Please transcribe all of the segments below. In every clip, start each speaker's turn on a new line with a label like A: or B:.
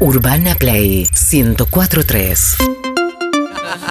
A: Urbana Play 1043.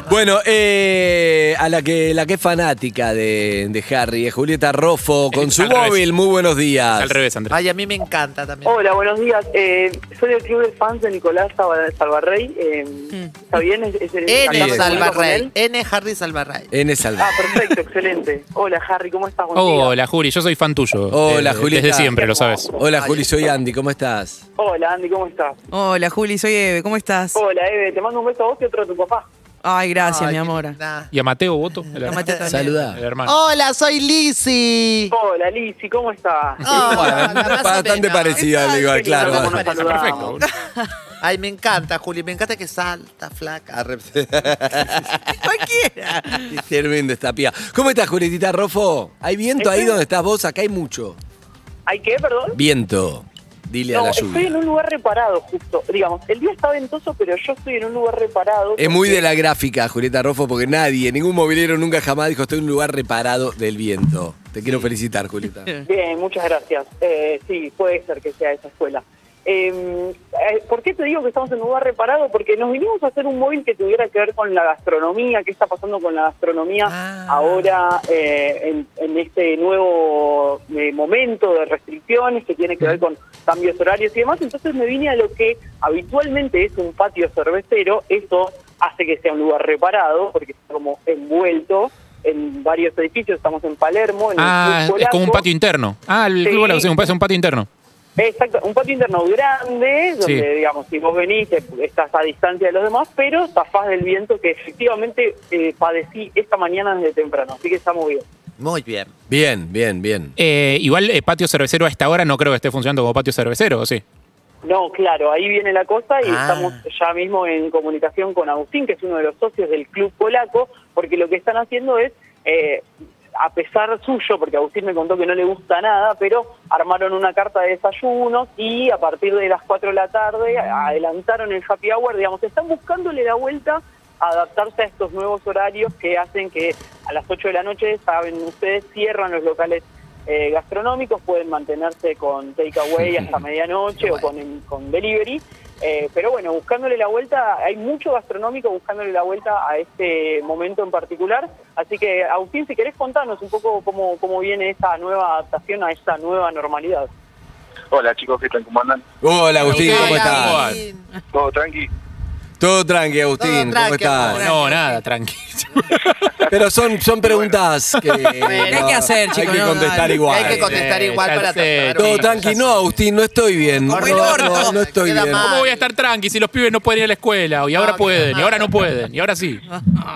B: Bueno, eh, a la que, la que es fanática de, de Harry es Julieta Roffo con
C: Es
B: su
C: al revés.
B: móvil. Muy buenos días.
C: Al revés, Andrés.
D: Ay, a mí me encanta también.
E: Hola, buenos días. Eh, soy del club de fans de Nicolás Salva- Salvarrey. Eh, ¿Está bien? ¿Es, es- acá
D: N.
E: me comunico con
D: Salvarrey.
E: él?
D: N. Harry Salvarrey.
B: En esa
E: Ah, perfecto, excelente. Hola, Harry, ¿cómo estás? Buen día.
C: Hola, Juli, yo soy fan tuyo.
B: Hola,
C: Juli.
B: Julieta.
C: Desde siempre, lo sabes.
B: Hola, Juli, soy Andy. ¿Cómo estás?
E: Hola, Andy, ¿cómo estás?
F: Hola Juli, soy Eve, ¿cómo estás?
E: Hola, Eve, te mando un beso a vos y otro a tu papá.
F: Ay, gracias,
D: Ay,
F: mi
D: qué
F: amor.
D: linda.
C: ¿Y a Mateo Voto? El,
F: A
C: hermano.
F: Mateo también.
B: Saluda.
C: El hermano.
D: Hola, soy Lizzy.
E: Hola, Lizzy, ¿cómo estás?
D: Ah, la más o
B: bastante
D: menos.
B: parecida, digo,
F: Exacto,
B: claro.
E: estamos
B: bueno.
E: con
C: Está Ah, perfecto.
D: Ay, me encanta, Juli. Me encanta que salta, flaca. Arre-
F: Cualquiera.
B: Tremendo esta pía. ¿Cómo estás, Julietita Roffo? ¿Hay viento ahí
E: Estoy-
B: donde estás vos? Acá hay mucho.
E: ¿Hay qué, perdón?
B: Viento. Dile a
E: No,
B: la
E: estoy en
B: lluvia.
E: un lugar reparado, justo. Digamos, el día está ventoso, pero yo estoy en un lugar reparado.
B: Es muy
E: porque-
B: de la gráfica, Julieta Roffo, porque nadie, ningún movilero nunca jamás dijo estoy en un lugar reparado del viento. Te quiero felicitar, Julieta.
E: Bien, muchas gracias. Eh, sí, puede ser que sea esa escuela. Eh, eh, ¿Por qué te digo que estamos en un lugar reparado? Porque nos vinimos a hacer un móvil que tuviera que ver con la gastronomía, qué está pasando con la gastronomía
D: Ah.
E: ahora eh, en, en este nuevo eh, momento de restricciones que tiene que ver con cambios horarios y demás. Entonces me vine a lo que habitualmente es un patio cervecero, eso hace que sea un lugar reparado porque está como envuelto en varios edificios, estamos en Palermo, en el
C: Ah,
E: Club
C: es como un
E: Polaco.
C: patio interno. Ah, el
E: Sí.
C: club Bola, sí, un patio- un patio interno.
E: Exacto, un patio interno grande, donde,
C: Sí.
E: digamos, si vos venís, te- estás a distancia de los demás, pero zafás del viento que efectivamente eh, padecí esta mañana desde temprano, así que estamos bien.
D: Muy bien.
B: Bien, bien, bien.
C: Eh, igual eh, patio cervecero a esta hora no creo que esté funcionando como patio cervecero, ¿o sí?
E: No, claro, ahí viene la cosa y
D: Ah.
E: estamos ya mismo en comunicación con Agustín, que es uno de los socios del Club Polaco, porque lo que están haciendo es, eh, a pesar suyo, porque Agustín me contó que no le gusta nada, pero armaron una carta de desayunos y a partir de las 4 de la tarde adelantaron el happy hour, digamos, están buscándole la vuelta a adaptarse a estos nuevos horarios que hacen que a las 8 de la noche, saben ustedes, cierran los locales eh, gastronómicos, pueden mantenerse con takeaway hasta medianoche o con, en- con delivery. Eh, pero bueno, buscándole la vuelta, hay mucho gastronómico buscándole la vuelta a este momento en particular. Así que, Agustín, si querés contarnos un poco cómo, cómo viene esta nueva adaptación a esta nueva normalidad.
G: Hola chicos, ¿qué tal? ¿Cómo andan?
B: Hola, Agustín, ¿cómo
D: Hola,
B: estás?
D: Agustín.
G: ¿Todo tranqui?
B: Todo tranqui, Agustín,
D: Todo tranqui,
B: ¿cómo estás?
D: amor.
C: No, nada, tranquilo.
B: Pero son, son preguntas que,
F: hay que hacer,
B: Hay
F: chico,
B: que
F: no,
B: contestar
F: dale.
B: igual.
D: Hay que contestar
C: Eh,
D: igual
C: ya
D: para
C: sé,
D: tapar
B: Todo
C: Sí,
D: una-
B: tranqui, no, Agustín, no estoy bien. No,
D: Como el
B: no,
D: orto.
B: no, no estoy
D: Queda
B: bien.
D: mal.
C: ¿Cómo voy a estar tranqui si los pibes no pueden ir a la escuela? Y ahora
D: No,
C: pueden,
D: no.
C: y ahora no pueden, y ahora sí.
G: Y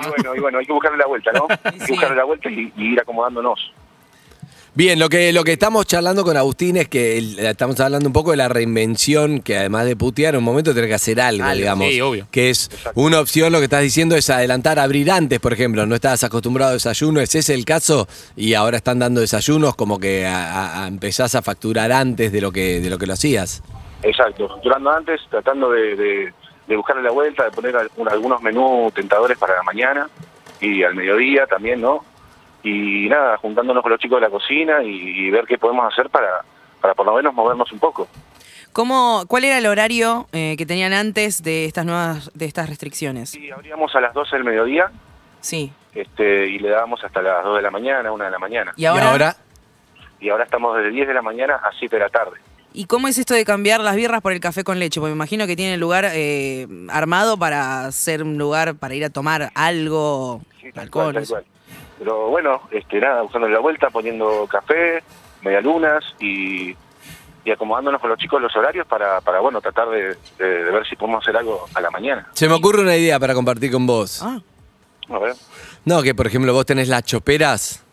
G: bueno, y bueno, hay que buscarle la vuelta, ¿no? Hay que buscarle la vuelta y, y ir acomodándonos.
B: Bien, lo que, lo que estamos charlando con Agustín es que el- estamos hablando un poco de la reinvención, que además de putear, en un momento tenés que hacer algo,
D: Algo,
B: digamos.
C: sí, obvio.
B: Que es una opción, lo que estás diciendo es adelantar, abrir antes, por ejemplo. No estabas acostumbrado a desayuno, ese es el caso, y ahora están dando desayunos como que a- a- a empezás a facturar antes de lo que, de lo que lo hacías.
G: Exacto, durando antes, tratando de, de- de buscarle la vuelta, de poner al- un- algunos menús tentadores para la mañana y al mediodía también, ¿no? Y nada, juntándonos con los chicos de la cocina y, y ver qué podemos hacer para, para por lo menos movernos un poco.
F: ¿Cómo, ¿Cuál era el horario eh, que tenían antes de estas nuevas, de estas restricciones?
G: Y abríamos a las 12 del mediodía
F: Sí.
G: este, y le dábamos hasta las 2 de la mañana, 1 de la mañana.
F: ¿Y ahora?
B: Y ahora
G: Y ahora estamos desde 10 de la mañana a 7 de la tarde.
F: ¿Y cómo es esto de cambiar las birras por el café con leche? Porque me imagino que tienen el lugar eh, armado para ser un lugar para ir a tomar algo,
G: Sí, tal cual,
F: alcohol.
G: tal
F: no sé.
G: cual. Pero bueno, este, nada, buscándole la vuelta, poniendo café, medialunas y, y acomodándonos con los chicos los horarios para, para bueno, tratar de, de- de ver si podemos hacer algo a la mañana.
B: se me ocurre una idea para compartir con vos.
F: Ah,
G: A ver,
B: No, que por ejemplo vos tenés las choperas,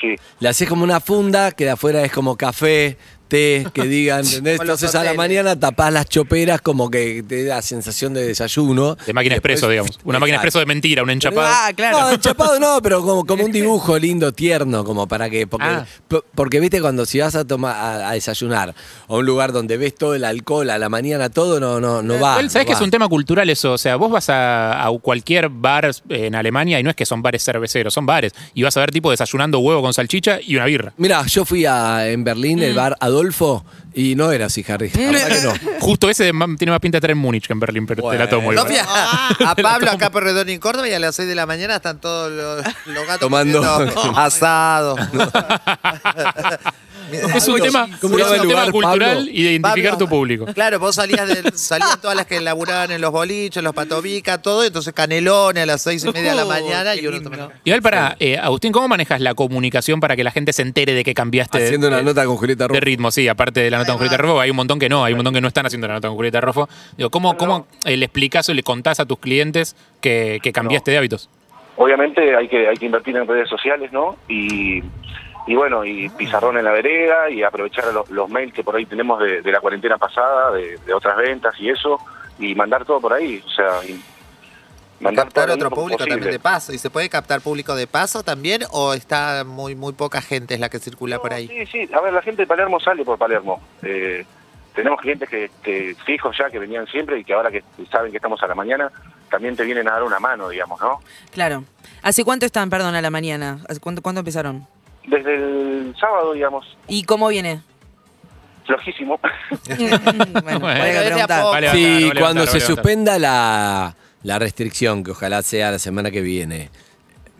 G: sí.
B: le haces como una funda, que de afuera es como café, té, que digan, ¿entendés?
D: Con los
B: Entonces a la
D: hoteles.
B: mañana tapás las choperas como que te da sensación de desayuno.
C: De máquina
B: Después-
C: expreso, digamos. Una máquina
B: Exacto.
C: expreso de mentira, un enchapado.
F: Ah, claro.
B: No, enchapado no, pero como, como un dibujo lindo, tierno, como para que. Porque,
C: Ah.
B: po- porque viste, cuando si vas a tomar a, a desayunar a un lugar donde ves todo el alcohol a la mañana, todo no, no, no Ah, va.
C: Igual, ¿Sabés Eh, que es un tema cultural eso? O sea, vos vas a, a cualquier bar eh, en Alemania y no es que son bares cerveceros, son bares. Y vas a ver tipo desayunando huevo con salchicha y una birra. Mm.
B: Mira, yo fui a, en Berlín, el bar Adolf Adolfo y no era así, Harry. La verdad que no.
C: Justo ese de ma- tiene más pinta de estar en Múnich que en Berlín, pero te la tomo
B: Bueno.
C: igual.
D: Sofía,
B: Ah.
D: a Pablo acá por Redondo y Córdoba y a las 6 de la mañana están todos los, los gatos
B: Tomando.
D: comiendo asado.
C: Es un
B: Pablo,
C: tema,
B: ¿cómo
C: es
B: era
C: un
B: el
C: tema
B: lugar,
C: cultural
B: Pablo?
C: y de identificar
D: Pablo,
C: tu público.
D: Claro, vos salías de, salían todas las que laburaban en los boliches, los patobicas, todo, entonces canelones a las seis y media de la
F: Oh,
D: mañana
F: qué
D: y uno
F: lindo.
D: también.
C: Igual para, eh, Agustín, ¿cómo manejas la comunicación para que la gente se entere de que cambiaste de-
B: Haciendo una
C: de-
B: nota con Julieta
C: de
B: Rufo.
C: ritmo? Sí, aparte de la nota con Julieta Rofo, hay un montón que no, hay un montón que no están haciendo la nota con Julieta Rofo. Digo, ¿cómo, cómo eh, le explicás o le contás a tus clientes que, que cambiaste de hábitos?
G: Obviamente hay que, hay que invertir en redes sociales, ¿no? Y, y bueno, y pizarrón en la vereda y aprovechar los, los mails que por ahí tenemos de, de la cuarentena pasada, de, de otras ventas y eso, y mandar todo por ahí, o sea, y mandar
D: Captar
G: todo lo
D: otro
G: mismo
D: público
G: posible.
D: también de paso. ¿Y se puede captar público de paso también o está muy muy poca gente es la que circula por
G: No,
D: ahí?
G: Sí, sí, a ver, la gente de Palermo sale por Palermo. Eh, tenemos clientes que, que fijos ya, que venían siempre y que ahora que saben que estamos a la mañana, también te vienen a dar una mano, digamos, ¿no?
F: Claro. ¿Hace cuánto están, perdón, a la mañana? ¿Hace cuánto, cuánto empezaron?
G: Desde el sábado, digamos,
F: ¿Y cómo viene?
G: flojísimo.
F: bueno, habría que
D: de a
F: preguntar.
D: poco.
C: Vale, levantar,
B: Sí,
C: no levantar,
B: cuando
C: no
B: se
C: levantar.
B: suspenda la, la restricción, que ojalá sea la semana que viene.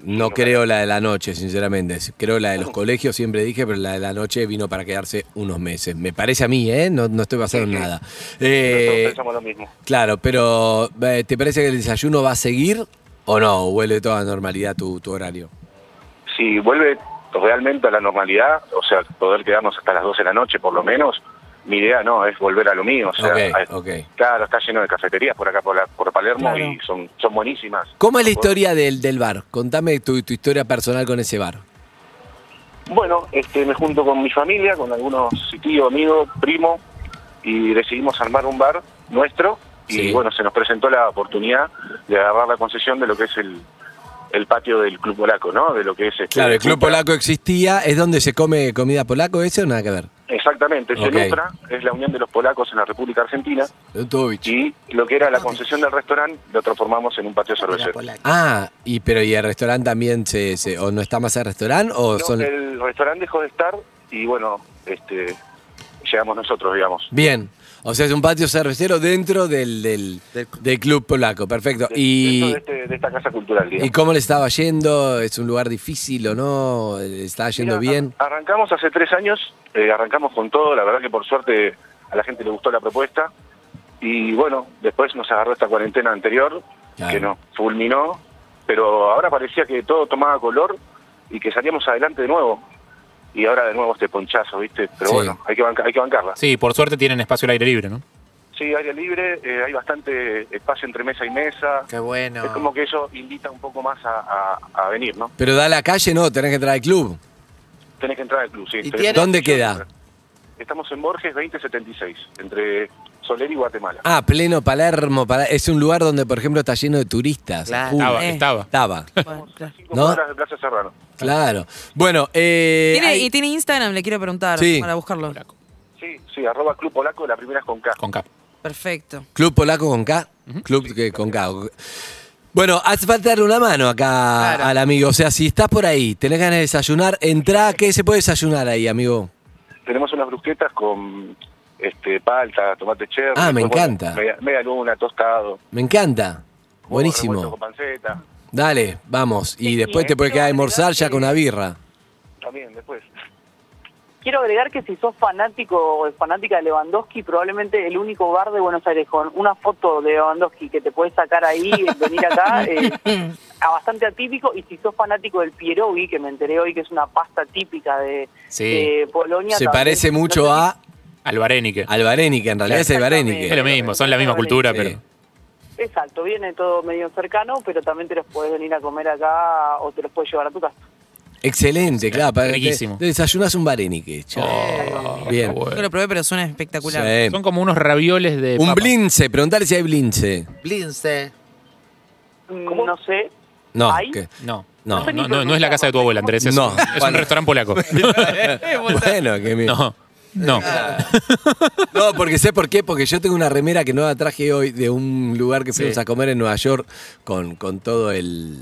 B: No creo la de la noche, sinceramente. Creo la de los colegios, siempre dije, pero la de la noche vino para quedarse unos meses. Me parece a mí, ¿eh? No, no estoy basado en
G: Sí, sí.
B: nada.
G: Nosotros
B: Eh,
G: pensamos lo mismo.
B: claro, pero eh, ¿te parece que el desayuno va a seguir o no? ¿O vuelve toda la normalidad tu, tu horario?
G: Si vuelve realmente a la normalidad, o sea, poder quedarnos hasta las 12 de la noche por lo menos, mi idea no, es volver a lo mío. O sea,
B: Ok,
G: a-
B: ok.
G: Claro, está lleno de cafeterías por acá, por, la- por Palermo,
F: Claro.
G: y son, son buenísimas.
B: ¿Cómo es la historia del, del bar? Contame tu, tu historia personal con ese bar.
G: Bueno, este, me junto con mi familia, con algunos tíos, amigos, primo, y decidimos armar un bar nuestro. Y
B: Sí.
G: bueno, se nos presentó la oportunidad de agarrar la concesión de lo que es el, el patio del Club Polaco, ¿no? De lo que es este,
B: Claro, el club
G: Nupra.
B: polaco existía. ¿Es donde se come comida polaco ese o nada que ver?
G: Exactamente, es el
B: Ok.
G: Nupra, es la unión de los polacos en la República Argentina.
B: Lutovic.
G: Y lo que era la concesión del restaurante lo transformamos en un patio
D: Era
G: cervecero.
D: polaca.
B: Ah, y pero ¿y el restaurante también se, se- o no está más el restaurante o
G: No,
B: son
G: El restaurante dejó de estar y bueno, este, llegamos nosotros, digamos.
B: bien? O sea, es un patio cervecero dentro del, del,
D: Del-
B: del club polaco, perfecto.
G: De-
B: Y,
G: dentro de, este- de esta casa cultural, digamos.
B: ¿Y cómo le estaba yendo? ¿Es un lugar difícil o no? ¿Le ¿Está yendo
G: Mira,
B: bien?
G: a- Arrancamos hace tres años, eh, arrancamos con todo, la verdad que por suerte a la gente le gustó la propuesta y bueno, después nos agarró esta cuarentena anterior
B: Claro.
G: que nos fulminó, pero ahora parecía que todo tomaba color y que salíamos adelante de nuevo y ahora de nuevo este ponchazo, ¿viste? Pero
B: Sí.
G: bueno, hay que, banca- hay que bancarla.
C: Sí, por suerte tienen espacio al aire libre, ¿no?
G: Sí, aire libre, eh, hay bastante espacio entre mesa y mesa,
D: Qué bueno.
G: es como que eso invita un poco más a, a- a venir, ¿no?
B: Pero da la calle, no, tenés que entrar al club.
G: Tenés que entrar al club, sí.
D: ¿Y
G: Tenés-
D: tiene-
B: ¿Dónde queda?
G: Estamos en Borges 2076, entre Soler y Guatemala.
B: Ah, pleno Palermo. Pala- es un lugar donde, por ejemplo, está lleno de turistas.
D: Claro.
B: Uy,
C: Estaba,
F: eh.
C: estaba.
B: estaba.
F: Bueno, claro.
G: Cinco
B: ¿no?
G: cuadras de Plaza Serrano.
B: Claro. Bueno, eh,
F: ¿Tiene,
B: hay-
F: y tiene Instagram, le quiero preguntar
B: Sí.
F: para buscarlo.
G: Sí, sí, arroba Club Polaco, la primera es con K.
C: Con cap.
F: Perfecto.
B: Club Polaco con K. Club que- con K. Bueno, hace falta darle una mano acá al amigo. O sea, si estás por ahí, tenés ganas de desayunar, entrá. ¿Qué se puede desayunar ahí, amigo?
G: Tenemos unas brusquetas con este palta, tomate cherry.
B: Ah, me
G: después, bueno,
B: encanta.
G: media, media luna, tostado.
B: Me encanta.
G: huevo revuelto
B: Buenísimo.
G: Con panceta.
B: Dale, vamos. Y después te puedes quedar a almorzar ya con una birra.
G: También, después.
E: Quiero agregar que si sos fanático o fanática de Lewandowski, probablemente el único bar de Buenos Aires con una foto de Lewandowski que te puedes sacar ahí, venir acá, es bastante atípico. Y si sos fanático del pierogi, que me enteré hoy que es una pasta típica de,
C: Sí.
E: de Polonia.
B: Se
E: también-
B: parece mucho a
C: Albarenique.
B: Albarenique, en realidad es
C: Es
B: Albarenique.
E: Exactamente.
C: lo mismo, son la misma cultura,
B: Sí.
C: pero.
E: Exacto, viene todo medio cercano, pero también te los podés venir a comer acá o te los podés llevar a tu casa.
B: Excelente, claro. para-
C: Riquísimo.
B: te- te Desayunas un Barenique. chao.
C: Oh,
B: Bien.
C: bueno.
F: Yo lo probé, pero suena espectacular.
B: Sí.
C: Son como unos ravioles de.
B: Un
C: papa.
B: blince, preguntale si hay blince.
D: Blince.
G: ¿Cómo?
E: No sé.
B: No,
E: ¿Hay?
B: que-
C: No.
B: No.
C: No, no, no, no es la casa de tu abuela, Andrés. Es,
B: No.
C: un- es un
B: Bueno.
C: restaurante polaco.
B: bueno, que mi-
C: Eh, No. No.
B: No, porque sé por qué, porque yo tengo una remera que no la traje hoy de un lugar que fuimos a comer en Nueva York con, con todo el,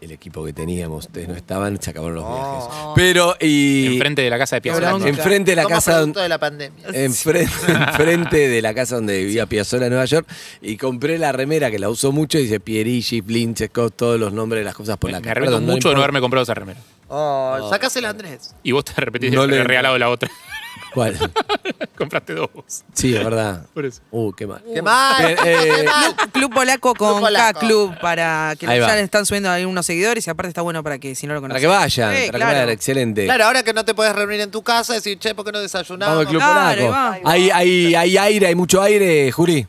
B: el equipo que teníamos. Ustedes no estaban, se acabaron los
D: No.
B: viajes. Pero, y.
C: Enfrente de la casa de Piazzolla.
D: bronca.
B: Enfrente de la
D: Somos
B: casa
D: producto
B: donde-
D: de la pandemia.
B: Enfrente, enfrente de la casa donde vivía Piazzolla en Nueva York y compré la remera que la usó mucho y dice Pierigi, Lynch, Scott, todos los nombres de las cosas por
C: Me
B: la
C: me arrepiento mucho de no haberme comprado esa remera.
D: Oh, sacásela, Andrés.
C: Y vos te repetís
B: No
C: y
B: le-
C: le regalado la otra.
B: ¿Cuál?
C: Compraste dos vos.
B: Sí, es verdad.
C: Por eso.
B: Uh, qué mal.
D: ¡Qué mal!
B: Pero, eh,
D: ¡Qué mal!
F: Club, Club Polaco con
D: Club Polaco.
F: K Club para que
B: Ahí
F: ya
B: va.
F: le están subiendo ahí unos seguidores y aparte está bueno para que si no lo
B: Para
F: conocen.
B: que vayan,
F: Sí,
B: para
F: claro.
B: que vayan, excelente.
D: Claro, ahora que no te puedes reunir en tu casa, decir, che, ¿por qué no
B: Vamos
D: desayunamos?
B: al Club
F: Claro, ahí
B: Polaco.
F: va.
B: Hay, hay, hay aire, hay mucho aire, Juri.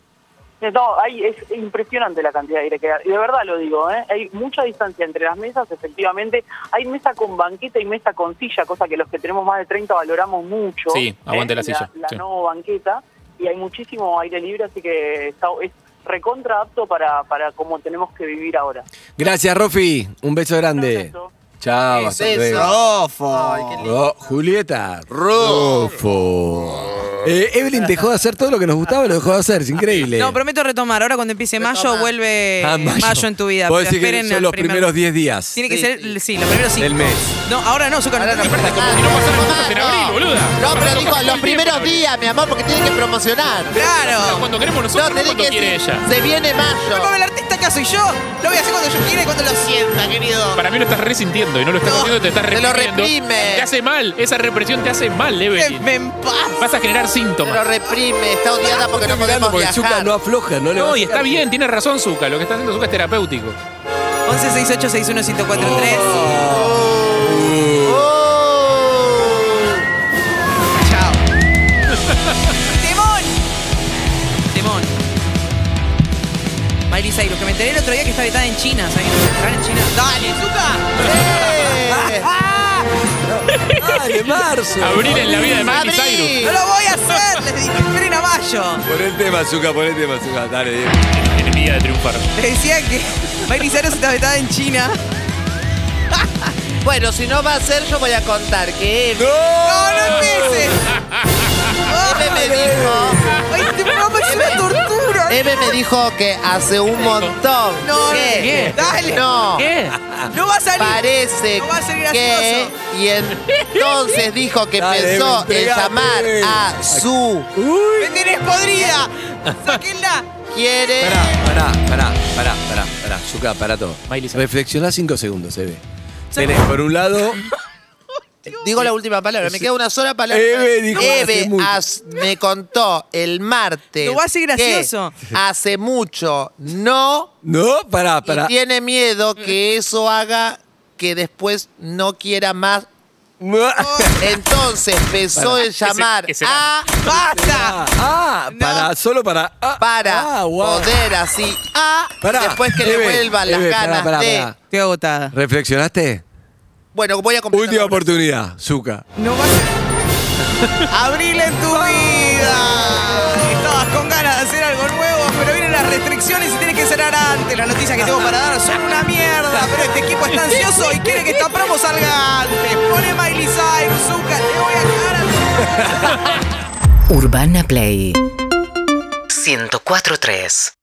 E: Eh, No, hay, es impresionante la cantidad de aire que hay. Y De verdad lo digo, ¿eh? hay mucha distancia entre las mesas, efectivamente. Hay mesa con banqueta y mesa con silla, cosa que los que tenemos más de 30 valoramos mucho. ¿eh?
C: Sí, aguante la silla,
E: La,
C: sí.
E: no banqueta. Y hay muchísimo aire libre, así que está, es recontra apto para, para cómo tenemos que vivir ahora.
B: Gracias, Rofi. Un beso grande.
E: Perfecto.
B: Chao,
D: ¿Qué
B: hasta
D: es
B: luego.
D: eso?
H: Ofo.
D: Ay, qué lindo.
B: Oh, Julieta Rufo. Eh, Evelyn dejó de hacer todo lo que nos gustaba, lo dejó de hacer, es increíble.
F: No, prometo retomar. Ahora cuando empiece mayo
D: Retoma.
F: vuelve
B: Ah,
F: eh, mayo. en tu vida.
B: Puedo
F: pero
B: decir que
F: esperen
B: son
F: al
B: los
F: primer-
B: primeros 10 días.
F: Tiene que
D: Sí.
F: ser, sí, los primeros cinco.
B: Del mes.
F: No, ahora no, Zucca.
D: Ahora no
F: no,
D: pasa nada.
C: si no pasaron cosas en abril, boluda.
D: No, pero dijo los
C: Pasaron
D: primeros
C: cosas en
D: días, mi amor, porque tiene que promocionar.
C: No,
F: Claro.
C: Cuando queremos
D: No,
C: nosotros, no
D: tenés
C: cuando
D: que
C: quiere
D: decir,
C: ella.
D: se viene
F: Como el
D: mayo.
F: artista que soy yo, lo voy a hacer cuando yo quiera y cuando lo sienta, querido.
C: Para mí lo estás resintiendo y no lo estás
F: No,
C: haciendo, te estás
D: te lo
C: reprimiendo.
D: reprime.
C: Te hace mal, esa represión te hace mal,
F: Déjenme
C: Evelyn.
F: en paz.
C: Vas a generar
D: Pero
C: síntomas.
D: reprime, está odiada porque no
B: Estoy mirando
D: podemos
B: porque Zucca
D: viajar.
B: no afloja, no le va
C: No,
B: a
C: y está
B: sacar.
C: bien, tiene razón Zuka, lo que está haciendo Zuka es terapéutico.
F: 11 68 61 1043. Chao. Temón. Temón. Miley Cyrus, que me enteré el otro día que está vetada en China. ¿Sabían que está en China? ¡Dale,
D: ¡Eh!
B: Ah, de marzo.
C: Abril en la vida de Miley Cyrus.
D: Abril.
F: ¡No lo voy a hacer! Les dije, esperen a mayo.
B: Por el tema, Zucca, por el tema, Zucca. Dale, Diego.
C: Enemiga de triunfar.
F: Les decía que Miley Cyrus está vetada en China.
D: Bueno, si no va a ser, yo voy a contar que Eve,
F: ¡No, no empieces!
D: Eve me dijo,
F: ¡Ay, este programa es una tortura!
D: Eve me dijo que hace un montón.
F: No,
D: que-
F: ¿Qué? dale.
D: No.
C: ¿Qué?
F: No va a salir.
D: Parece
F: No va a ser
D: que
F: gracioso.
D: y entonces dijo que
B: Dale,
D: pensó
B: Eve,
D: en
B: entregate.
D: llamar a su
F: ¡Me tenés podrida! ¡Sáquenla!
D: quiere.
B: Pará, pará, pará, pará, pará, pará. Zucca, pará todo.
C: Miley Cyrus.
B: Reflexioná 5 segundos, se ve. Tenés por un lado,
D: Digo la última palabra, me queda una sola palabra.
B: Eve dijo
D: Eve
B: hace mucho.
D: as- me contó el martes.
F: Lo va a hacer
D: que
F: gracioso.
D: Hace mucho no
B: no, pará,
D: y
B: pará.
D: tiene miedo que eso haga que después no quiera más.
B: No.
D: Entonces empezó
B: Para.
D: en llamar
C: Ese- ese
D: a
F: ¡Basta!
B: Ah, para, solo para. ah,
D: para
B: ah, guau.
D: poder así a
B: Pará,
D: después que le
B: Eve,
D: vuelvan las
B: Eve, pará,
D: ganas
B: pará,
D: de.
B: pará.
F: Estoy agotada.
B: ¿Reflexionaste?
D: Bueno, voy a completar.
B: Última oportunidad, Zucca.
F: No vas a... Abril en tu vida. Estabas con ganas de hacer algo nuevo, pero vienen las restricciones y tienes que cerrar antes. Las noticias que tengo para dar son una mierda, pero este equipo está ansioso y quiere que esta promo salga antes. Pone Miley Cyrus, Zucca, te voy a cagar al...
A: Urbana Play 104.3